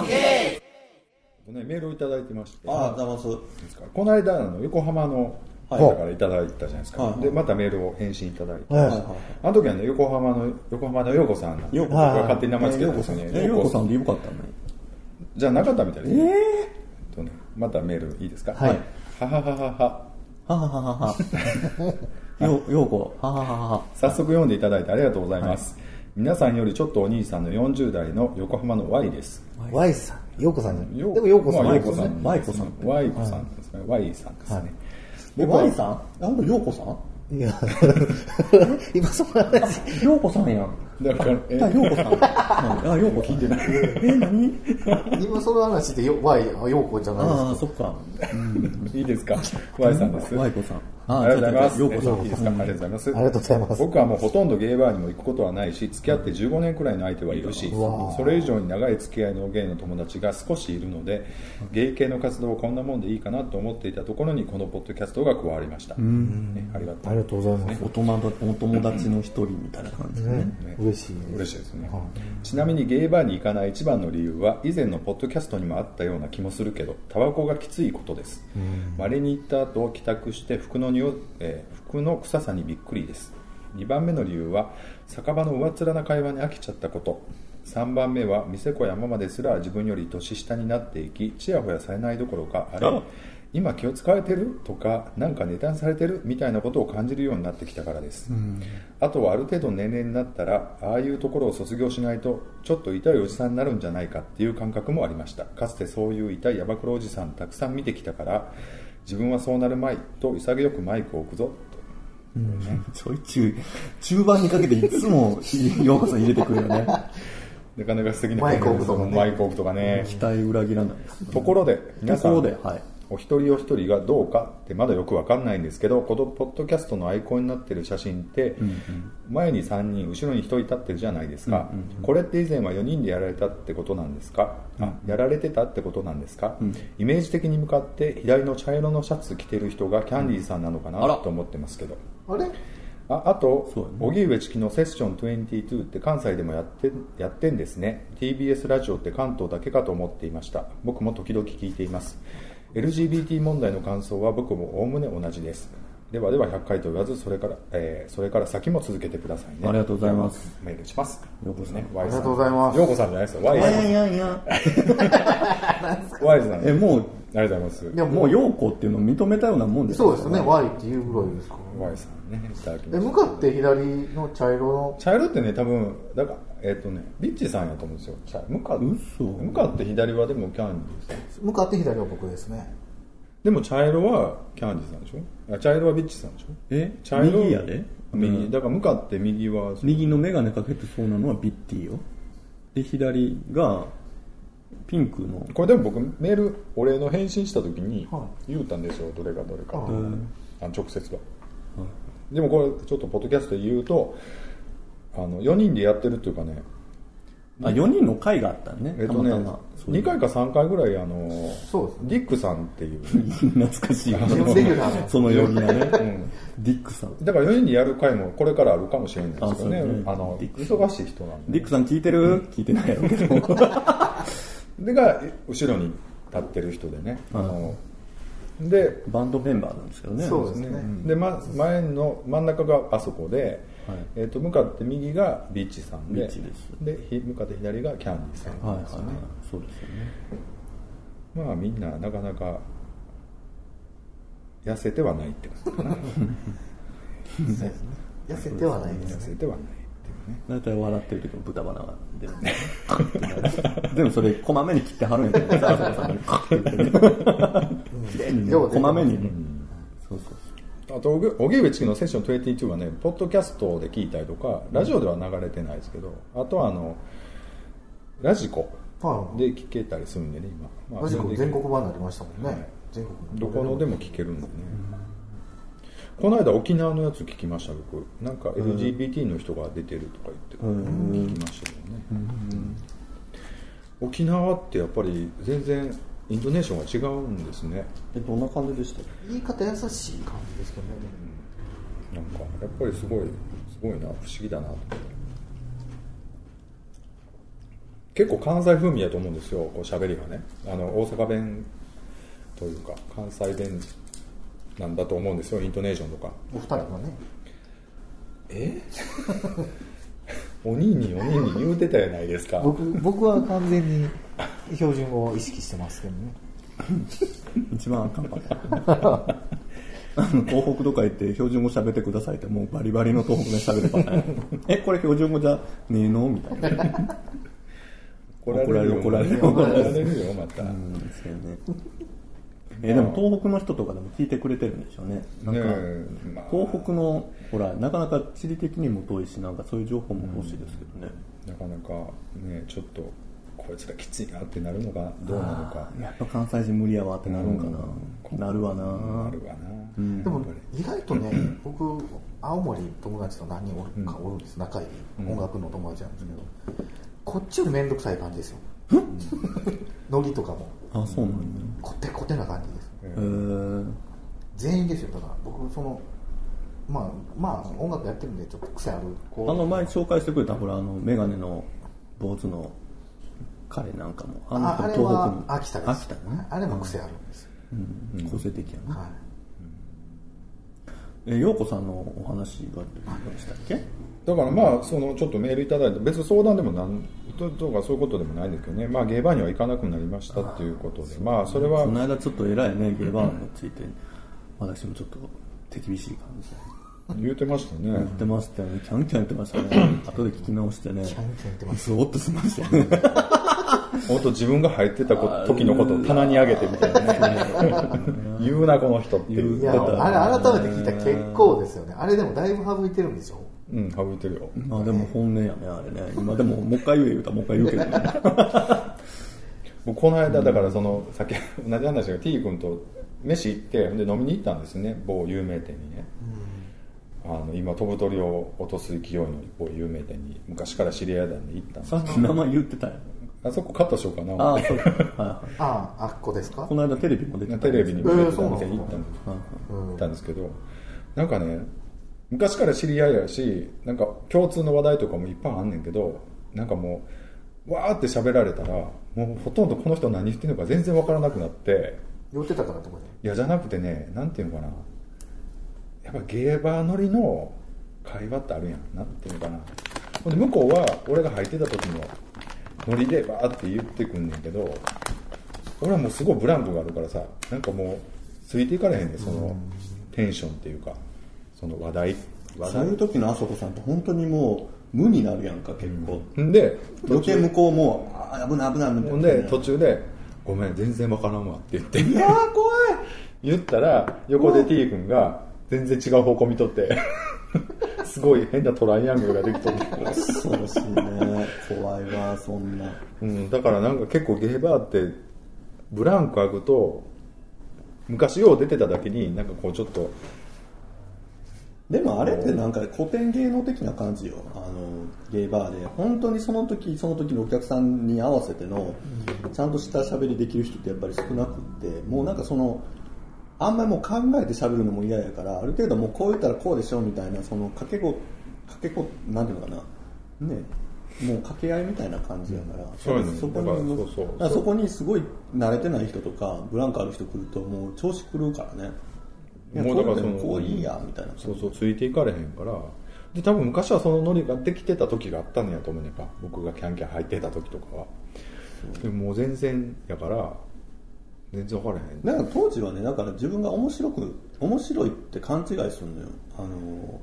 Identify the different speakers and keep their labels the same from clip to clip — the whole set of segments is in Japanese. Speaker 1: ね、メールをいただいてまして、
Speaker 2: ああ、ざます。
Speaker 1: この間あの横浜の
Speaker 2: はい
Speaker 1: 方からいただいたじゃないですか、
Speaker 2: はい
Speaker 1: でまたメールを返信いただいて、
Speaker 3: はい
Speaker 1: あの時はね横浜の横浜の陽子さんなんで
Speaker 2: 陽
Speaker 1: 僕
Speaker 2: 子
Speaker 1: が勝手に名前つけてたんですよね
Speaker 2: え、ようこさんでよかったね。
Speaker 1: じゃなかったみたいですね,、えとねまたメールいいですか
Speaker 3: はい
Speaker 1: ははははは
Speaker 2: はははは は。よう、ようこ、ははははは。
Speaker 1: 早速読んでいただいてありがとうございます、皆さんよりちょっとお兄さんの40代の横浜の Y です。
Speaker 3: Y さん、陽子さんじゃ
Speaker 1: よ
Speaker 3: ない。でも陽子さん
Speaker 1: まあ
Speaker 3: は
Speaker 1: よ
Speaker 3: 陽
Speaker 1: う
Speaker 3: 子
Speaker 1: こ
Speaker 3: さ
Speaker 1: さん。
Speaker 3: ん。
Speaker 2: ね Y 子さん
Speaker 1: Y 子さんですね。Y さんですね。
Speaker 3: はい
Speaker 2: え、
Speaker 1: 僕は
Speaker 2: Y さんあんた、ようこさん
Speaker 3: いや、 今その話。
Speaker 2: ようこさんやん。
Speaker 1: だから、え
Speaker 2: あ、ようこさん。 あ、ようこ聞いてない。え、何
Speaker 3: 今その話でよ Y、陽子じゃないです
Speaker 2: ああ、
Speaker 3: か。
Speaker 2: そっか。
Speaker 1: いいですか ?Y さんです。
Speaker 2: Y 子さん。
Speaker 1: ありがとうございます。
Speaker 2: ようこさん。
Speaker 1: いいですかありがとうございます。
Speaker 3: ありがとうございます
Speaker 1: 僕はもうほとんどゲイバーにも行くことはないし、付き合って15年くらいの相手はいるし、
Speaker 3: わ
Speaker 1: それ以上に長い付き合いのゲイの友達が少しいるので、ゲイ系の活動はこんなもんでいいかなと思っていたところに、このポッドキャストが加わりました。ね、ありがと
Speaker 3: あ
Speaker 1: う
Speaker 3: り。がとうございます。
Speaker 2: お友達お友達の一人みたいな感じでね。
Speaker 1: ね
Speaker 3: 嬉しいです
Speaker 1: 嬉しいですね、ちなみにゲイバーに行かない一番の理由は以前のポッドキャストにもあったような気もするけどタバコがきついことですまれ、に行った後帰宅して服の匂い、えー服の臭さにびっくりです2番目の理由は酒場の上っ面な会話に飽きちゃったこと3番目は店子やママですら自分より年下になっていきちやほやされないどころかあれ
Speaker 2: あ
Speaker 1: 今気を使われてるとかなんか値段されてるみたいなことを感じるようになってきたからです、あとはある程度年齢になったらああいうところを卒業しないとちょっと痛いおじさんになるんじゃないかっていう感覚もありましたかつてそういう痛いヤバクロおじさんたくさん見てきたから自分はそうなるまいと潔くマイクを置くぞ
Speaker 2: ちょい中、中盤にかけていつも、ようこさん入れてくるよ ね。
Speaker 1: となかなか素敵な
Speaker 3: マイク置くとかね
Speaker 1: マイク置くとかね
Speaker 2: 期待裏切らないです。
Speaker 1: ところで皆
Speaker 2: と
Speaker 1: さ
Speaker 2: こ
Speaker 1: ん
Speaker 2: ろで、はい。
Speaker 1: お一人お一人がどうかってまだよくわかんないんですけどこのポッドキャストのアイコンになってる写真って、前に3人後ろに1人立ってるじゃないですか、これって以前は4人でやられたってことなんですか、あやられてたってことなんですか、イメージ的に向かって左の茶色のシャツ着てる人がキャンディーさんなのかな、
Speaker 2: うんあら
Speaker 1: と思ってますけど
Speaker 3: あれ
Speaker 1: ああと
Speaker 2: そうやね
Speaker 1: 荻上チキのセッション22って関西でもやってやってんですね TBS ラジオって関東だけかと思っていました僕も時々聞いています LGBT 問題の感想は僕もおおむね同じですではでは100回と言わずそれから、えーそれから先も続けてくださいね
Speaker 2: ありがとうございます
Speaker 1: メールします
Speaker 2: ようこさん
Speaker 1: ね Y
Speaker 3: ありがとうございます
Speaker 1: ようこさんじゃないですよ Y
Speaker 2: い
Speaker 1: さ
Speaker 2: やいやいや。
Speaker 1: ん Y さんあり
Speaker 2: え、
Speaker 1: が
Speaker 2: も
Speaker 1: とうございます
Speaker 3: いや、
Speaker 2: う、も
Speaker 3: も
Speaker 2: う
Speaker 3: う、
Speaker 2: ようこっていうのを認めたようなもんです
Speaker 3: そうですね、。Y っていうぐらいですから。
Speaker 1: Y さんねいただきま
Speaker 3: え、
Speaker 1: す
Speaker 3: 向かって左の茶色の、
Speaker 1: 茶色ってね多分だからえっ、とねリッチさんやと思うんですよ茶向か
Speaker 2: 嘘
Speaker 1: 向かって左はでもキャンディーさん
Speaker 3: 向かって左は僕ですね。
Speaker 1: でも茶色はキャンディーさんでしょあ茶色はビッチさんでしょ
Speaker 2: え
Speaker 1: 茶色
Speaker 2: 右やで
Speaker 1: 右、
Speaker 2: うん
Speaker 1: だから向かって右は
Speaker 2: 右のメガネかけてそうなのはビッティよ。で、左が、ピンクの、
Speaker 1: これでも僕メールお礼の返信した時に
Speaker 3: は
Speaker 1: 言うたんですよどれがどれか
Speaker 3: あ
Speaker 1: あの直接は、でもこれちょっとポッドキャストで言うとあの4人でやってるっていうかね
Speaker 2: あ、4人の会があったね。
Speaker 1: えっ
Speaker 2: た
Speaker 1: と
Speaker 2: ま
Speaker 1: ね
Speaker 2: たま。そう
Speaker 1: 2
Speaker 2: いう
Speaker 1: 回か3回ぐらいあの
Speaker 3: そうですね
Speaker 1: ディックさんっていう、
Speaker 2: 懐かしい。
Speaker 3: レギュラーの
Speaker 2: その4人がね。
Speaker 1: うん
Speaker 2: ディックさん。
Speaker 1: だから4人でやる回もこれからあるかもしれないですよね。
Speaker 2: あ
Speaker 1: あ
Speaker 2: そうね
Speaker 1: の、忙しい人なん
Speaker 2: デ
Speaker 1: で。
Speaker 2: ィックさん聞いてる聞いてないやろうけ ど。
Speaker 1: でが、後ろに立ってる人でね。あの、で、
Speaker 2: バンドメンバーなんですけどね。
Speaker 3: そうです
Speaker 1: ね
Speaker 3: ね。
Speaker 1: で、ま、前の真ん中があそこで、
Speaker 2: はい
Speaker 1: えっ、と、向かって右がビーチさんで、
Speaker 2: ビーチです
Speaker 1: でひ向かって左がキャンディーさん
Speaker 2: はい
Speaker 1: な
Speaker 2: はい
Speaker 1: んですよね。
Speaker 2: はい。そうですよね。
Speaker 1: まあみんななかなか痩せてはないってことか な。
Speaker 3: 痩せてはないです
Speaker 1: 痩
Speaker 3: ね。
Speaker 1: せてはない。
Speaker 2: 大体笑ってる時も豚鼻が出るん で。でもそれ、こまめに切ってはるんやけどさ、朝さんがカッて言ってきれいにね、
Speaker 3: よう出て
Speaker 2: こ
Speaker 3: る
Speaker 2: まめにね。そうそう
Speaker 1: あと、おぎうべちきのセッション22はね、ポッドキャストで聞いたりとか、ラジオでは流れてないですけど、あとはあの、ラジコ
Speaker 3: はい。
Speaker 1: で聞けたりするんでね、今。まあ
Speaker 3: マジ
Speaker 1: それで
Speaker 3: 全国版になりましたもんね。全国
Speaker 1: どこのでも聞けるんでね。この間沖縄のやつ聞きました、僕。なんか LGBT の人が出てるとか言って、聞きましたけどね。沖縄ってやっぱり全然インドネーションが違うんですね。
Speaker 2: え、どんな感じでした
Speaker 3: 言い方優しい感じですけどね。
Speaker 1: なんかやっぱりすごいすごいな不思議だなと思って結構関西風味だと思うんですよこう喋りがねあの大阪弁というか関西弁なんだと思うんですよイントネーションとか
Speaker 3: お二人はね
Speaker 1: えおにいにおにいに言うてたやないですか
Speaker 3: 僕僕は完全に標準語を意識してますけどね
Speaker 2: 一番あかんパターンあの東北とか行って標準語喋ってくださいってもうバリバリの東北で喋るパターン えこれ標準語じゃねえのみたいな
Speaker 1: 怒られるよ
Speaker 2: 怒られる
Speaker 1: 怒られるよまた、
Speaker 2: うんですよねえでも東北の人とかでも聞いてくれてるんでしょうねなんか、
Speaker 1: ねえまあ
Speaker 2: 東北のほらなかなか地理的にも遠いしなんかそういう情報も欲しいですけどね、
Speaker 1: なかなかねちょっとこいつがきついなってなるのかどうなのか
Speaker 2: やっぱ関西人無理やわってなるんかな、
Speaker 1: うん
Speaker 2: なるわな、
Speaker 1: なるわな、
Speaker 3: でも意外とね僕青森友達と何人おるかおるんです仲いい音楽の友達なんですけどこっちより面倒くさい感じですよ ノリとかも
Speaker 2: あそうなんだ、
Speaker 3: こってこってな感じです
Speaker 1: え
Speaker 2: へ
Speaker 1: ー
Speaker 2: ー
Speaker 3: 全員ですよだから僕そのまあまあ音楽やってるんでちょっと癖ある子
Speaker 2: あの前紹介してくれたほらあの眼鏡の坊主の彼なんかもあの
Speaker 3: ああ
Speaker 2: 人
Speaker 3: れ
Speaker 2: 東
Speaker 3: は
Speaker 2: 北の
Speaker 3: 秋田です
Speaker 2: 秋田ね
Speaker 3: あれも癖あるんです
Speaker 2: う
Speaker 3: よ、
Speaker 2: ん個性的やな、
Speaker 3: はい
Speaker 2: え陽子さんのお話がありましたっけ
Speaker 1: だからまあそのちょっとメールいただいて別に相談でもなんととかそういうことでもないんですけどねまあゲイバーには行かなくなりましたっていうことでまあそれは
Speaker 2: この間ちょっと偉いねゲバーについて私もちょっと手厳しい感じで
Speaker 1: 言うてましたね、
Speaker 2: 言ってましたよねキャンキャン言ってましたね 後で聞き直してね
Speaker 3: キャンキャン言って ま
Speaker 2: ゾーッとしましたよね
Speaker 1: 本当自分が入ってたこ時のことを棚に上げてみたいなね言うなこの人っていう
Speaker 3: いやあれ改めて聞いたら結構ですよねあれでもだいぶ省いてるんでしょ
Speaker 1: うん省いてるよ
Speaker 2: ま あでも本音やねあれね今でももう一回言え言うたらもう一回言うけど ね
Speaker 1: 僕この間だからその、さっき同じ話だけど T 君と飯行ってで飲みに行ったんですね某有名店にね、あの今飛ぶ鳥を落とす勢いの某有名店に昔から知り合いなんで行ったんです
Speaker 2: さっき名前言ってたやん
Speaker 1: あそこカットしようかな
Speaker 2: ああそうか はいはい
Speaker 3: あああっこですか
Speaker 2: この間テレビも出てた
Speaker 1: テレビに見
Speaker 3: え
Speaker 1: て
Speaker 3: ー
Speaker 1: た
Speaker 3: そうなん
Speaker 1: 店
Speaker 3: です
Speaker 1: に
Speaker 3: か
Speaker 1: 行ったんです
Speaker 2: はいはい
Speaker 1: 行ったんですけど、なんかね昔から知り合いやしなんか共通の話題とかもいっぱいあんねんけどなんかもうわーって喋られたらもうほとんどこの人何言ってんのか全然わからなくなって
Speaker 3: 寄ってたからってこ
Speaker 1: いやじゃなくてねなんていうのかなやっぱゲーバー乗りの会話ってあるやんなんていうのかなほんで向こうは俺が入ってた時のノリでバーって言ってくんねんけど俺はもうすごいブランクがあるからさなんかもうついていかれへんねんそのテンションっていうかその話題話
Speaker 2: そういう時のあそこさんって本当にもう無になるやんか結構、
Speaker 1: 題んで
Speaker 2: 余計向こうもあ危ない危ないみたい
Speaker 1: ほ
Speaker 2: なん
Speaker 1: で途中で「ごめん全然わからんわ」って言って
Speaker 2: いやー怖い
Speaker 1: 言ったら横で T 君が全然違う方向見とって すごい変なトライアングルができとって、
Speaker 2: 恐ろしいね怖いわそんな
Speaker 1: うん、だからなんか結構ゲーバーってブランク開くと昔よう出てただけになんかこうちょっと
Speaker 2: でもあれってなんか古典芸能的な感じよあのゲイバーで本当にその時その時のお客さんに合わせてのちゃんとした喋りできる人ってやっぱり少なくってもうなんかそのあんまりもう考えて喋るのも嫌やからある程度もうこう言ったらこうでしょみたいなその掛け子掛け子なんていうのかなねもう掛け合いみたいな感じやから、
Speaker 1: そうやね
Speaker 2: そこに
Speaker 1: だからそうそう
Speaker 2: だからそこにすごい慣れてない人とかブランクある人来るともう調子狂うからねいや
Speaker 1: もうだからその
Speaker 2: こうでもこういいやみたいな
Speaker 1: そうそうついていかれへんからで多分昔はそのノリができてた時があったんやと思うねんか僕がキャンキャン入ってた時とかはでももう全然やから全然分からへん
Speaker 2: なんか当時はねだから自分が面白く面白いって勘違いするのよあのー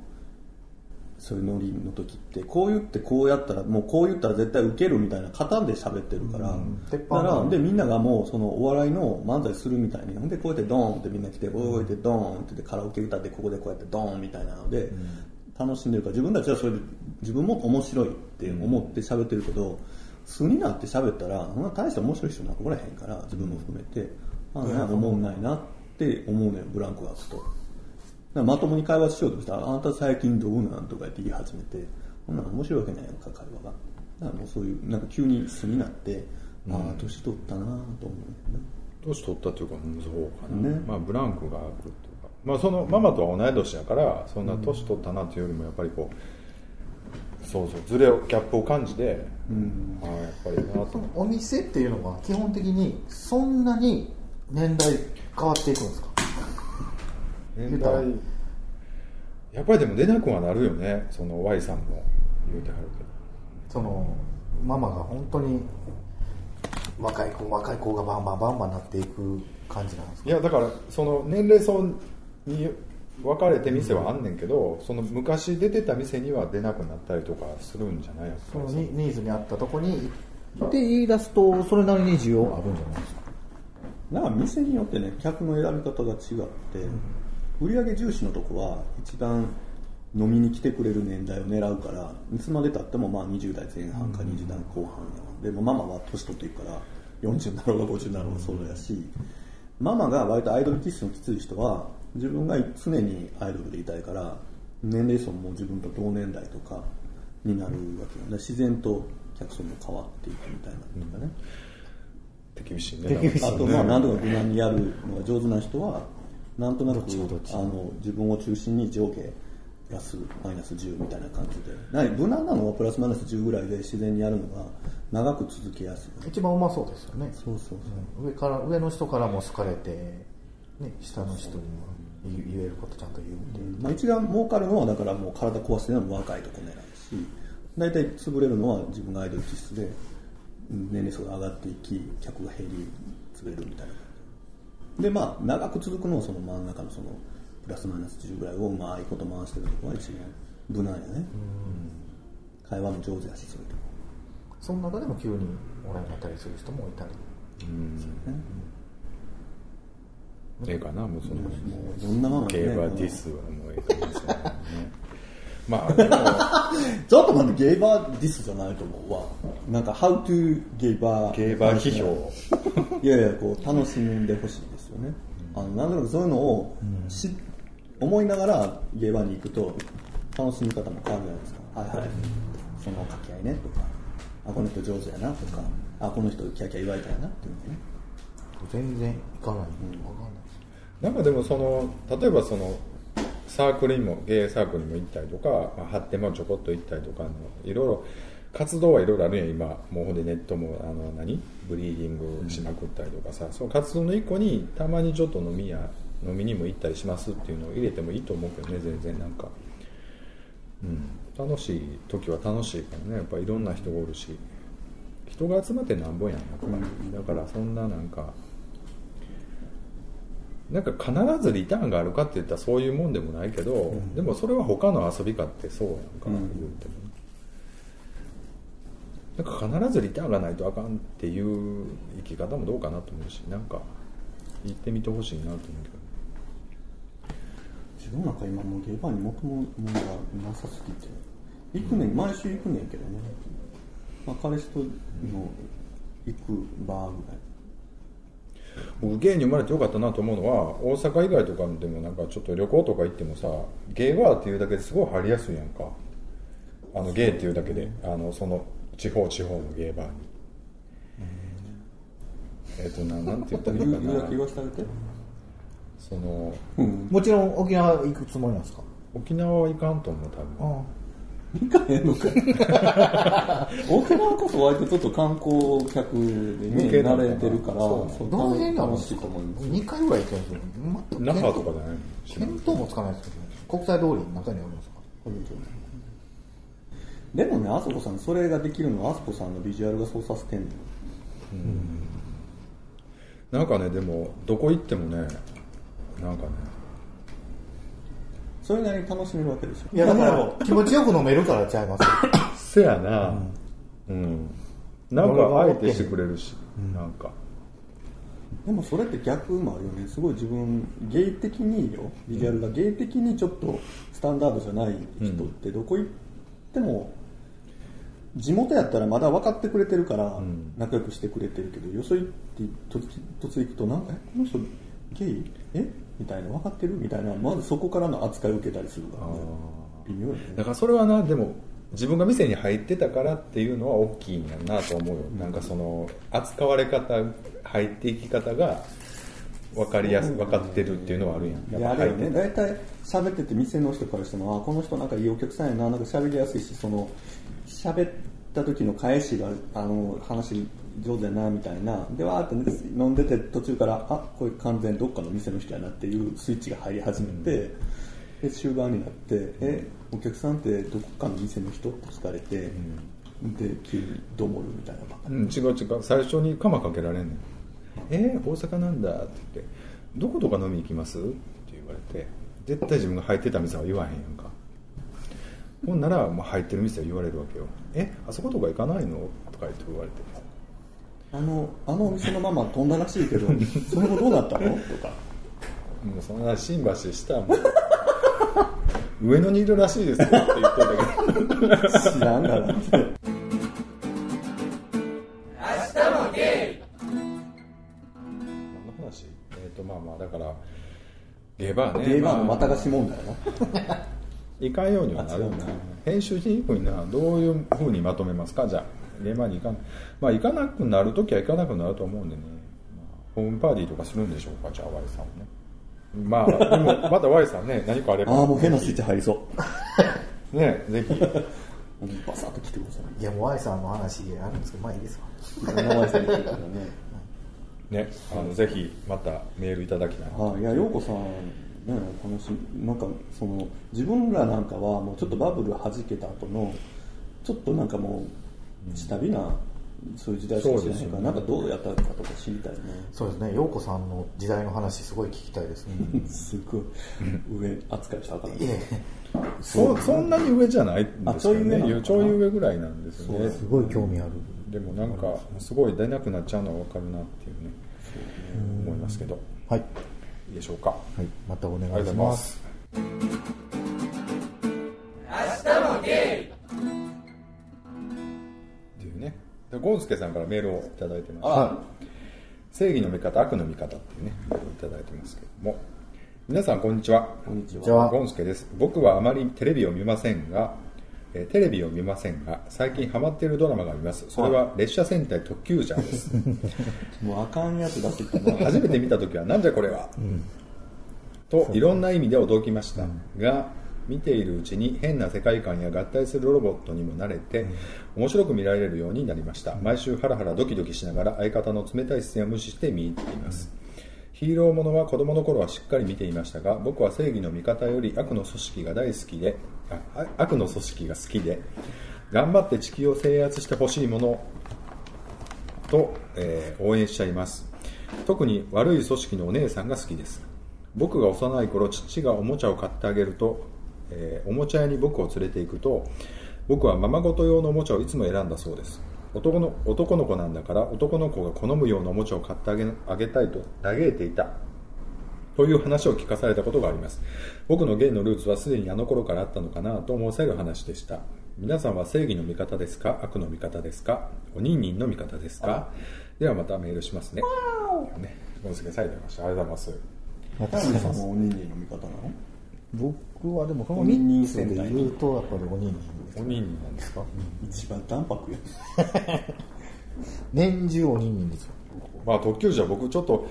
Speaker 2: そういうノリの時ってこう言ってこうやったらもうこう言ったら絶対ウケるみたいな型で喋ってるから、
Speaker 3: 鉄板
Speaker 2: だ
Speaker 3: だ
Speaker 2: からでみんながもうそのお笑いの漫才するみたいにほんでこうやってドーンってみんな来ておいでドーンって言ってカラオケ歌ってここでこうやってドーンみたいなので、楽しんでるから自分たちはそれで自分も面白いって思って喋ってるけど、素になって喋ったらそんな大した面白い人なんかおらへんから自分も含めて、あなんか思んないなって思うねんブランクが空くと。なんかまともに会話しようとしたら、あなた最近どうなんとか言って言い始めて、こんなん面白いわけないやんか、会話が。だからもうそういう、なんか急に素になって、ああ、年取ったなと思
Speaker 1: 年取ったというか、うんそうかな、
Speaker 2: ね
Speaker 1: まあ、ブランクがあるというか、まあ、そのママとは同い年やからそんな年取ったなというよりもやっぱりこうそうそうズレをギャップを感じて、ああやっぱりな
Speaker 3: そ
Speaker 1: と
Speaker 3: のお店っていうのは基本的にそんなに年代変わっていくんですか
Speaker 1: 年代やっぱりでも出なくはなるよねその Y さんも言うてはるけど
Speaker 3: そのママが本当に若い子若い子がバンバンバンバンなっていく感じなんですか
Speaker 1: いやだからその年齢層に分かれて店はあんねんけど、その昔出てた店には出なくなったりとかするんじゃないやっぱ
Speaker 3: そ
Speaker 1: り
Speaker 3: のニニーズに合ったとこに
Speaker 4: って言い出すと、それなりに需要あるんじゃないですか。
Speaker 2: なんか店によってね客の選び方が違って、売上重視のとこは一番飲みに来てくれる年代を狙うからいつまでたってもまあ20代前半か20代後半やわ、でもママは年取っていくから40になろうが50になろうがそうやし、ママが割とアイドル気質のきつい人は自分が常にアイドルでいたいから年齢層も自分と同年代とかになるわけよね自然と客層も変わっていくみたいなのとかね、
Speaker 1: 手厳しいね
Speaker 4: 厳しい
Speaker 2: あとまあ何とか無難にやるのが上手な人はなんとなく
Speaker 4: っちもどっち
Speaker 2: あの自分を中心に上下プラスマイナス10みたいな感じでなに無難なのはプラスマイナス10ぐらいで自然にやるのが長く続けやすい
Speaker 3: 一番うまそうですよね
Speaker 2: そうそう
Speaker 3: うん上から上の人からも好かれて、ね、下の人にも言言えることちゃんと言うっていう
Speaker 2: まあ、一番儲かるのはだからもう体壊してるのは若いとこ狙うし大体潰れるのは自分がアイドル気質でうん年齢層が上がっていき客が減り潰れるみたいなでまあ長く続くのはその真ん中のそのプラスマイナス10ぐらいをうまいこと回してるところが一番無難やね会話も上手やしそういうとこ
Speaker 3: その中でも急におらになったりする人もいたり
Speaker 1: ええかなもうその、
Speaker 2: もうどんなまま
Speaker 1: 競馬ディスはもうええかもしれないねまあでも
Speaker 2: ちょっと待ってゲイバーディスじゃないと思うわなんか How to ゲイバー
Speaker 1: 競馬批評
Speaker 2: いやいやこう楽しんでほしいですよね、あのなんとなくそういうのをし、思いながらゲーバーに行くと楽しみ方も変わるじゃないですかはいはい、その掛け合いねとかあこの人上手やなとかあこの人キャキャ言われたやなっていうのね
Speaker 3: 全然行かない、わかんないです
Speaker 1: なんかでもその例えばそのサークルにもゲイサークルにも行ったりとか、まあ、発展もちょこっと行ったりとかあのいろいろ活動はいろいろあるやん今もうほんでネットもあの何ブリーディングしまくったりとかさ、その活動の一個にたまにちょっと飲みや飲みにも行ったりしますっていうのを入れてもいいと思うけどね全然なんか、うん、楽しい時は楽しいからねやっぱいろんな人がおるし人が集まってなんぼやんやっぱりだからそんななんかなんか必ずリターンがあるかって言ったらそういうもんでもないけど、でもそれは他の遊びかってそうやんか、
Speaker 2: うん
Speaker 1: 言うてもなんか必ずリターンがないとあかんっていう生き方もどうかなと思うしなんか行ってみてほしいなと思うけど
Speaker 2: 自分なんか今もうゲイバーに元もものがなさすぎて行くねん毎週行くねんけどね、まあ、彼氏との行くバーぐらい
Speaker 1: 僕ゲイに生まれてよかったなと思うのは大阪以外とかでもなんかちょっと旅行とか行ってもさゲイバーっていうだけですごい入りやすいやんかあのゲイっていうだけであのその地方地方のゲイバーにえっとななんて言ったらいい
Speaker 2: 言う言うだ
Speaker 1: か
Speaker 2: け言
Speaker 1: な
Speaker 2: わせてあげて
Speaker 1: その
Speaker 4: もちろん沖縄行くつもりなんですか
Speaker 1: 沖縄は行かんと思う多分
Speaker 4: あ
Speaker 2: 行かへんのか 沖縄こそ割とちょっと観光客でね
Speaker 1: 向けなのか
Speaker 2: 慣
Speaker 1: な
Speaker 2: れてるから
Speaker 1: そう
Speaker 2: そう
Speaker 3: どの辺なの
Speaker 2: 楽
Speaker 3: で
Speaker 2: し
Speaker 3: す
Speaker 2: い
Speaker 3: か
Speaker 2: と思います
Speaker 3: 2回ぐらい行ってるんですよ全く
Speaker 1: 那
Speaker 3: 見
Speaker 1: 覇
Speaker 3: 当
Speaker 1: とかじゃないの
Speaker 3: 見当もつかないですけど国際通りの中にあるんですか
Speaker 2: でもねあそこさんそれができるのはあそこさんのビジュアルがそうさせてんのよ
Speaker 1: なんかねでもどこ行ってもねなんかね
Speaker 2: それなりに楽しめるわけでしょ
Speaker 3: いやだから気持ちよく飲めるからちゃいます
Speaker 1: せやなうん、なんかあえてしてくれるし、なんか
Speaker 2: でもそれって逆もあるよねすごい自分ゲイ的によビジュアルがゲイ的にちょっとスタンダードじゃない人ってどこ行っても地元やったらまだ分かってくれてるから仲良くしてくれてるけど、よそ行って突き突行くとなんかえこの人ゲイえみたいな分かってるみたいなまずそこからの扱いを受けたりするからね微妙よね
Speaker 1: だからそれはなでも自分が店に入ってたからっていうのは大きいんやなと思うよ、なんかその扱われ方入っていき方が分かりやす分かってるっていうのはあるやんや
Speaker 2: いや
Speaker 1: っ
Speaker 2: あ
Speaker 1: ぱ
Speaker 2: れ
Speaker 1: 入
Speaker 2: よ
Speaker 1: って
Speaker 2: ね、大体喋ってて店の人からしても、あこの人なんかいいお客さんやな、なんか喋りやすいし、その喋った時の返しがあの話上手やなみたいな、でわーって飲んでて途中から、あこれ完全にどっかの店の人やなっていうスイッチが入り始めて、で終盤になって、えお客さんってどこかの店の人って聞かれて、で急にどもるみたいなばっか
Speaker 1: うん、違う違う最初に鎌かけられんねん「えー、大阪なんだ」って言って「どことか飲みに行きます?」って言われて絶対自分が入ってた店は言わへんやんかほんなら、まあ、入ってる店は言われるわけよ「えあそことか行かないの?」とか言って言われて
Speaker 2: あのあのお店のママ飛んだらしい けど、その後どうなったのとか。
Speaker 1: もうそんな 新橋したもう上野にいるらしいですよって言ってたけど
Speaker 2: 知らんがなって。明日もゲ
Speaker 1: 何の話えっ、とまあまあだからゲバーね
Speaker 2: イバーのまた
Speaker 1: が
Speaker 2: がし問題やな。
Speaker 1: 行かんようにはなる
Speaker 2: あ違う
Speaker 1: な
Speaker 2: な
Speaker 1: 編集しにくいなどういうふうにまとめますかじゃあゲバーに行かんまあ行かなくなるときは行かなくなると思うんでね、まあホームパーティーとかするんでしょうかじゃあ Y さんもねまあでも また Y さんね何かあれば
Speaker 2: ああ、もう変なスイッチ入りそう。
Speaker 1: ねぜひ
Speaker 2: バサッと来てください。
Speaker 3: いやもう Y さんの話あるんですけどまあいいですわ
Speaker 2: 名前さんですからね。
Speaker 1: ねあのぜひまたメールいただきたい
Speaker 2: はい、いや、ようこさん、ね、お話、なんか、その、自分らなんかは、もうちょっとバブル弾けた後の、ちょっとなんかもう、下火な、そういう時代しか知らない
Speaker 1: そう
Speaker 2: か
Speaker 1: ですよ
Speaker 2: ら、
Speaker 1: ね
Speaker 2: なんかどうやったかとか知りたいね。
Speaker 3: そうですね陽子さんの時代の話すごい聞きたいですね
Speaker 2: すごい、上扱いしたらあかん
Speaker 3: いえ
Speaker 1: そそんなに上じゃないんですよ
Speaker 2: あちょい上なのか
Speaker 1: ね
Speaker 2: な
Speaker 1: ちょい上ぐらいなんですよね
Speaker 4: すごい興味ある。
Speaker 1: でもなんかすごい出なくなっちゃうのは分かるなっていうね思いますけど
Speaker 3: はい、
Speaker 1: いいでしょうか
Speaker 3: はい、またお願
Speaker 1: ありがとうござ
Speaker 3: いし
Speaker 1: い
Speaker 3: ま
Speaker 1: ますす明日もゲイっていうねでゴンスケさんからメールをいただいてます正義の味方悪の味方っていうねメールをいただいてますけども皆さんこんにちは
Speaker 2: こんにちは
Speaker 3: じゃあ
Speaker 1: ゴンスケです僕はあまりテレビを見ませんが、えーテレビを見ませんが最近ハマっているドラマがありますそれは列車戦隊特急ジャーです
Speaker 2: もうあかんやつ出して きたな。
Speaker 1: 初めて見た時はなんじゃこれは、といろんな意味で驚きましたが見ているうちに変な世界観や合体するロボットにも慣れて面白く見られるようになりました毎週ハラハラドキドキしながら相方の冷たい視線を無視して見入っていますヒーローものは子供の頃はしっかり見ていましたが僕は正義の味方より悪の組織が大好きでああ悪の組織が好きで頑張って地球を制圧してほしいものと、えー応援しちゃいます特に悪い組織のお姉さんが好きです僕が幼い頃父がおもちゃを買ってあげると、えーおもちゃ屋に僕を連れて行くと僕はままごと用のおもちゃをいつも選んだそうです男の男の子なんだから男の子が好むようなおもちゃを買ってあげあげたいと嘆いていたという話を聞かされたことがあります僕のゲイのルーツはすでにあの頃からあったのかなと思わせる話でした皆さんは正義の味方ですか悪の味方ですかおにんにんの味方ですかではまたメールしますねねご助さんありがとうございましたありがとうございます
Speaker 2: 田辺さんもおにんにんの味方なの
Speaker 4: 僕はでも、この
Speaker 2: おにんにん
Speaker 3: それ
Speaker 2: 戦
Speaker 3: で
Speaker 2: 隊
Speaker 3: 言うとやっぱりおにんにんで
Speaker 1: お
Speaker 3: す
Speaker 1: にんにんなんですか
Speaker 2: 一番淡白やん。
Speaker 4: 年中おにんにんですよ。
Speaker 1: まあ特急じゃ僕ちょっと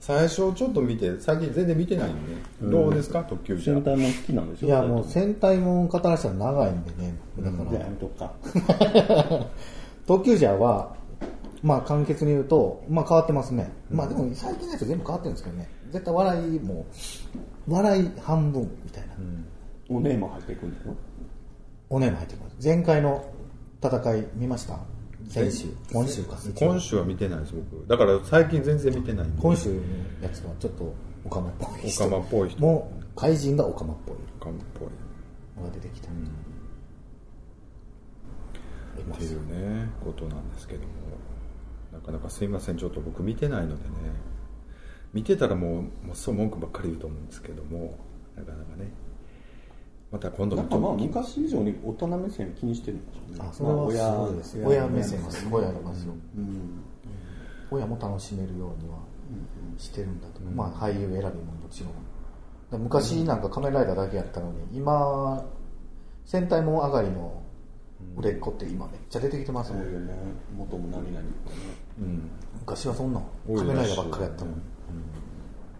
Speaker 1: 最初ちょっと見て最近全然見てないんで、どうですか特急じゃ
Speaker 2: 戦隊も好きなんでしょ
Speaker 4: いや、もう戦隊もん語らせたら長いんでね、だ
Speaker 2: じ
Speaker 4: か
Speaker 2: ゃあや
Speaker 4: ら、
Speaker 2: めとくか。
Speaker 4: 特急ジャーは、まあ簡潔に言うと、まあ変わってますね。まあでも最近のやつ全部変わってるんですけどね。絶対笑いも、笑い半分みたいな。
Speaker 2: お姉も入ってくんだよ。
Speaker 4: おねも入ってきます。前回の戦い見ました先週。今週か。
Speaker 1: 今週は見てないです僕だから最近全然見てないんで
Speaker 4: 今週のやつはちょっとオカマっぽい人。
Speaker 1: オカマっぽい人
Speaker 4: もう怪人がオカマっぽい
Speaker 1: 韓っぽい
Speaker 4: のが出てきた。いま
Speaker 1: ってい
Speaker 4: す
Speaker 1: うねことなんですけどもなかなかすいませんちょっと僕見てないのでね見てたらもうもうそう文句ばっかり言うと思うんですけどもなかなかねまた今度
Speaker 2: な
Speaker 1: も
Speaker 2: んかまあ昔以上に大人目線気にしてるんでしょうね。
Speaker 4: あそれはすごいです
Speaker 2: まあ
Speaker 3: 親目線がすごいありますよ、
Speaker 2: うん。
Speaker 3: 親も楽しめるようにはしてるんだと、まあ俳優選びももちろんだ昔なんか仮面ライダーだけやったのに今戦隊もん上がりの売れっ子って今めっちゃ出てきてます
Speaker 2: そう
Speaker 3: もん、
Speaker 2: よね。元も何々ってね。
Speaker 1: うん
Speaker 3: 昔はそんなん
Speaker 1: 多い
Speaker 3: 仮
Speaker 1: らしい
Speaker 3: 面ライダーばっかりやったのに、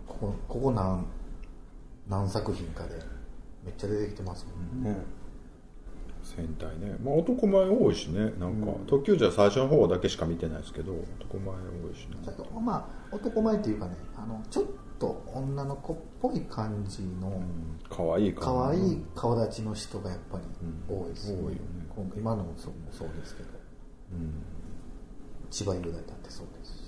Speaker 3: ここここ何何作品かでめっちゃ出てきてますもんね
Speaker 2: うん
Speaker 1: 戦隊ね、まあ、男前多いしねなんか、特急じゃ最初の方だけしか見てないですけど男前多いしね
Speaker 3: ちょっとまあ男前っていうかねあのちょっと女の子っぽい感じの
Speaker 1: 可愛いから
Speaker 3: 可愛い顔立ちの人がやっぱり多いですね,、
Speaker 1: うん多いよね
Speaker 3: 今のもそうもそうですけど、千葉雄大だってそうですし、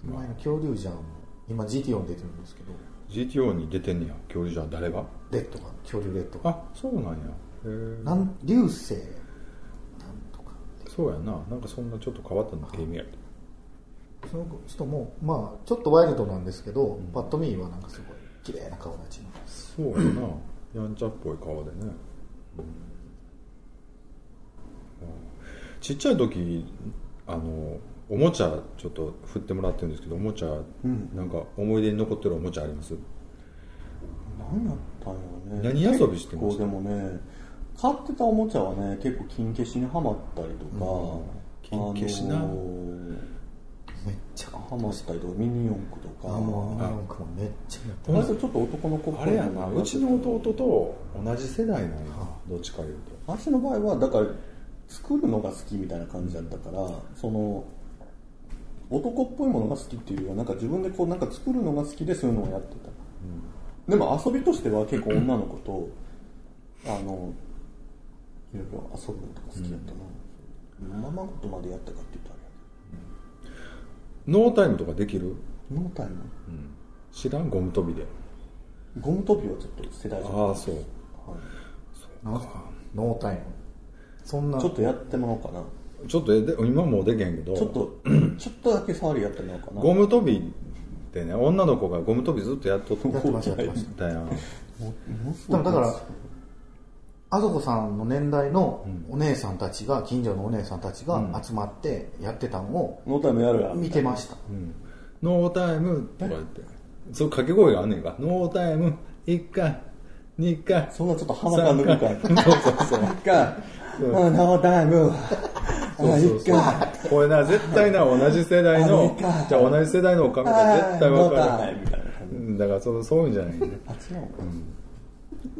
Speaker 3: その前の恐竜じゃんも今 GTO に出てるんですけど
Speaker 1: GTO に出てんねや恐竜じゃん誰が
Speaker 3: レッドが恐竜レッドが
Speaker 1: あそうなんやへー
Speaker 3: なん流星なんとか
Speaker 1: そうやななんかそんなちょっと変わったのゲームや
Speaker 3: その人もまあちょっとワイルドなんですけど、パッと見はなんかすごい綺麗な顔立ちの
Speaker 1: そうやなやんちゃっぽい顔でね、うんちっちゃい時あのおもちゃちょっと振ってもらってるんですけどおもちゃ、なんか思い出に残ってるおもちゃあります
Speaker 2: 何やったんやろ
Speaker 1: 何
Speaker 2: ね
Speaker 1: 遊びしてま
Speaker 2: こう
Speaker 1: し
Speaker 2: で
Speaker 1: た
Speaker 2: もね買ってたおもちゃはね結構金消しにはまったりとか、
Speaker 1: 金消しな
Speaker 2: あのー
Speaker 3: めっちゃ
Speaker 2: はまったりとかミニ四駆とか
Speaker 3: あもうなんかもうめっちゃやって
Speaker 2: 割とちょっと男の子っぽい
Speaker 1: あれやなうちの弟
Speaker 2: と
Speaker 1: と同じ世代なんやどっちかいうと
Speaker 2: 私の場合はだから作るのが好きみたいな感じだったから、その男っぽいものが好きっていうよりはなんか自分でこうなんか作るのが好きでそういうのをやってた、でも遊びとしては結構女の子とあのいろいろ遊ぶのとか好きだったな、ママごとまでやったかって言ったら
Speaker 1: ノータイムとかできる
Speaker 2: ノータイム
Speaker 1: 知らんゴム跳びで
Speaker 2: ゴム跳びはちょっと世代じゃない
Speaker 1: ああそう
Speaker 3: なんすかノータイムそんな
Speaker 2: ちょっとやってもらおうかな
Speaker 1: ちょっとえで今もうできへんけど
Speaker 2: ちょっとちょっとだけ触りやってもらおうかな
Speaker 1: ゴム跳びってね女の子がゴム跳びずっとやっとっ
Speaker 3: やってましたやってまし
Speaker 1: だよ
Speaker 3: でもだからあそこさんの年代のお姉さんたちが近所のお姉さんたちが集まってやってたのを
Speaker 2: ノータイムやるや
Speaker 3: 見てました、
Speaker 1: ノータイムとか言ってそう掛け声があんねんかノータイム1回2回
Speaker 2: そんなちょっと鼻が抜くから。
Speaker 1: そうそうそう
Speaker 2: 一回、あノータイム。あ、
Speaker 1: そう
Speaker 2: 一
Speaker 1: そう
Speaker 2: 回、
Speaker 1: これな絶対な同じ世代の
Speaker 2: あ一回
Speaker 1: じゃあ同じ世代のおかみが絶対わ
Speaker 2: ノー
Speaker 1: か
Speaker 2: タイ
Speaker 1: る
Speaker 2: ムみたいな感
Speaker 1: う
Speaker 2: じ。
Speaker 1: んだからそうそういうんじゃないね
Speaker 2: あ、違うのかな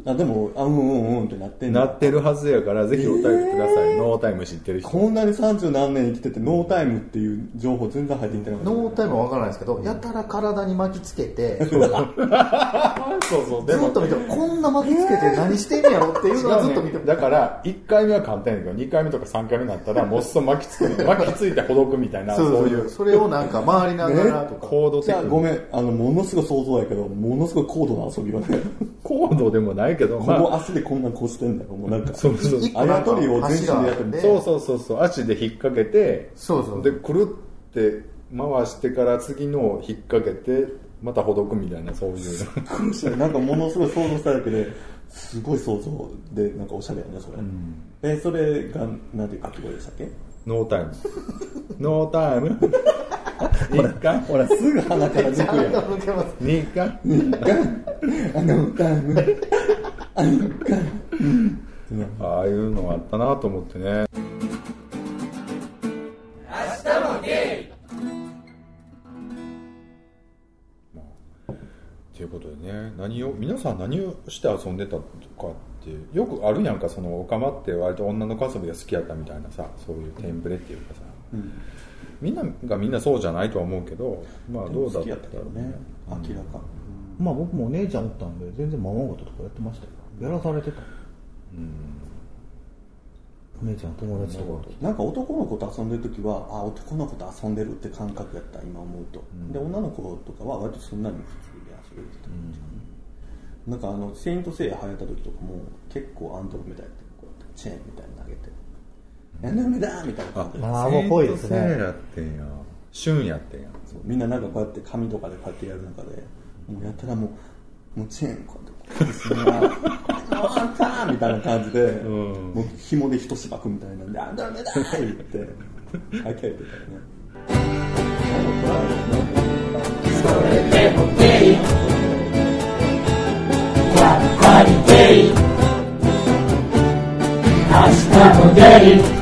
Speaker 2: あ、でも、あ、うんうんうんってなってん
Speaker 1: な
Speaker 2: だ
Speaker 1: ってるはずやからぜひお便りください、ノータイム知ってる人
Speaker 2: こんなに三十何年生きてて、ノータイムっていう情報全然入ってきてなかった。
Speaker 3: ノータイムは分からないですけどやたら体に巻きつけて ず
Speaker 1: そうそう
Speaker 3: っと見てこんな巻きつけて何してんやろってい うのはずっと見て
Speaker 1: だから1回目は簡単やけど2回目とか3回目にな ったらもっそ巻きつく巻きついてほどくみたいなそういう
Speaker 3: それをなんか回りながらとか、
Speaker 1: コード
Speaker 2: じ
Speaker 1: 的
Speaker 2: ゃあ、ごめん、あの、ものすごい想像やけど、ものすごい高度な遊びはね。
Speaker 1: コードでもないけど、
Speaker 2: こ
Speaker 1: ま
Speaker 2: の
Speaker 1: あ、
Speaker 2: 足でこんなんこうしてんだよ。もうなんか、
Speaker 1: そうそう
Speaker 3: 一個
Speaker 2: あ
Speaker 3: な
Speaker 2: や
Speaker 3: んか
Speaker 2: とりを全身でやってる。
Speaker 3: 柱
Speaker 1: そうそうそうそう足で引っ掛けて
Speaker 3: そうそう
Speaker 1: でくるって回してから次のを引っ掛けてまたほどくみたいなそう いう
Speaker 2: なんかものすごい想像しただけですごい想像でなんかおしゃれやねそれ、えそれがなんていうかき声でしたっけ
Speaker 1: ノータイムノータイム1回
Speaker 2: ほらすぐ鼻から抜くやん
Speaker 3: ちゃんと抜けます
Speaker 1: 2回
Speaker 2: あの歌うの
Speaker 1: ああいうのがあったなと思ってねまあということでね何を皆さん何をして遊んでたとかってよくあるやんかそのオカマって割と女の子遊びが好きやったみたいなさそういうテンプレっていうかさ、みんながみんなそうじゃないとは思うけどまあどうだ
Speaker 2: 好
Speaker 1: っ
Speaker 2: き
Speaker 1: た
Speaker 2: や
Speaker 1: ろ
Speaker 2: ったけど
Speaker 1: う
Speaker 2: ね明らか
Speaker 4: まあ僕もお姉ちゃんおったんで、全然ままごととかやってましたよ。やらされてた。お姉ちゃん友達とかと。
Speaker 2: なんか男の子と遊んでる時はあ男の子と遊んでるって感覚やった今思うと、で女の子とかは割とそんなに普通で遊べるって感じかな、なんかあの「セイント・セイヤ」流行った時とかも結構アンドロメダやってこうやってチェーンみたいに投げて「アンドロメダ!」みたいな感じで
Speaker 4: ああ、もうぽいです
Speaker 1: セイント
Speaker 4: ね
Speaker 1: セイ。ヤやってんや旬やってんや
Speaker 2: そうみんななんかこうやって紙とかでこうやってやる中でもうやったらもうもうチェーンこうやってこうやってすんなワンターンみたいな感じで、もう紐で一芝くみたいなんで「あんだめだ!」って言って 開けてたよね
Speaker 5: 明日もゲイ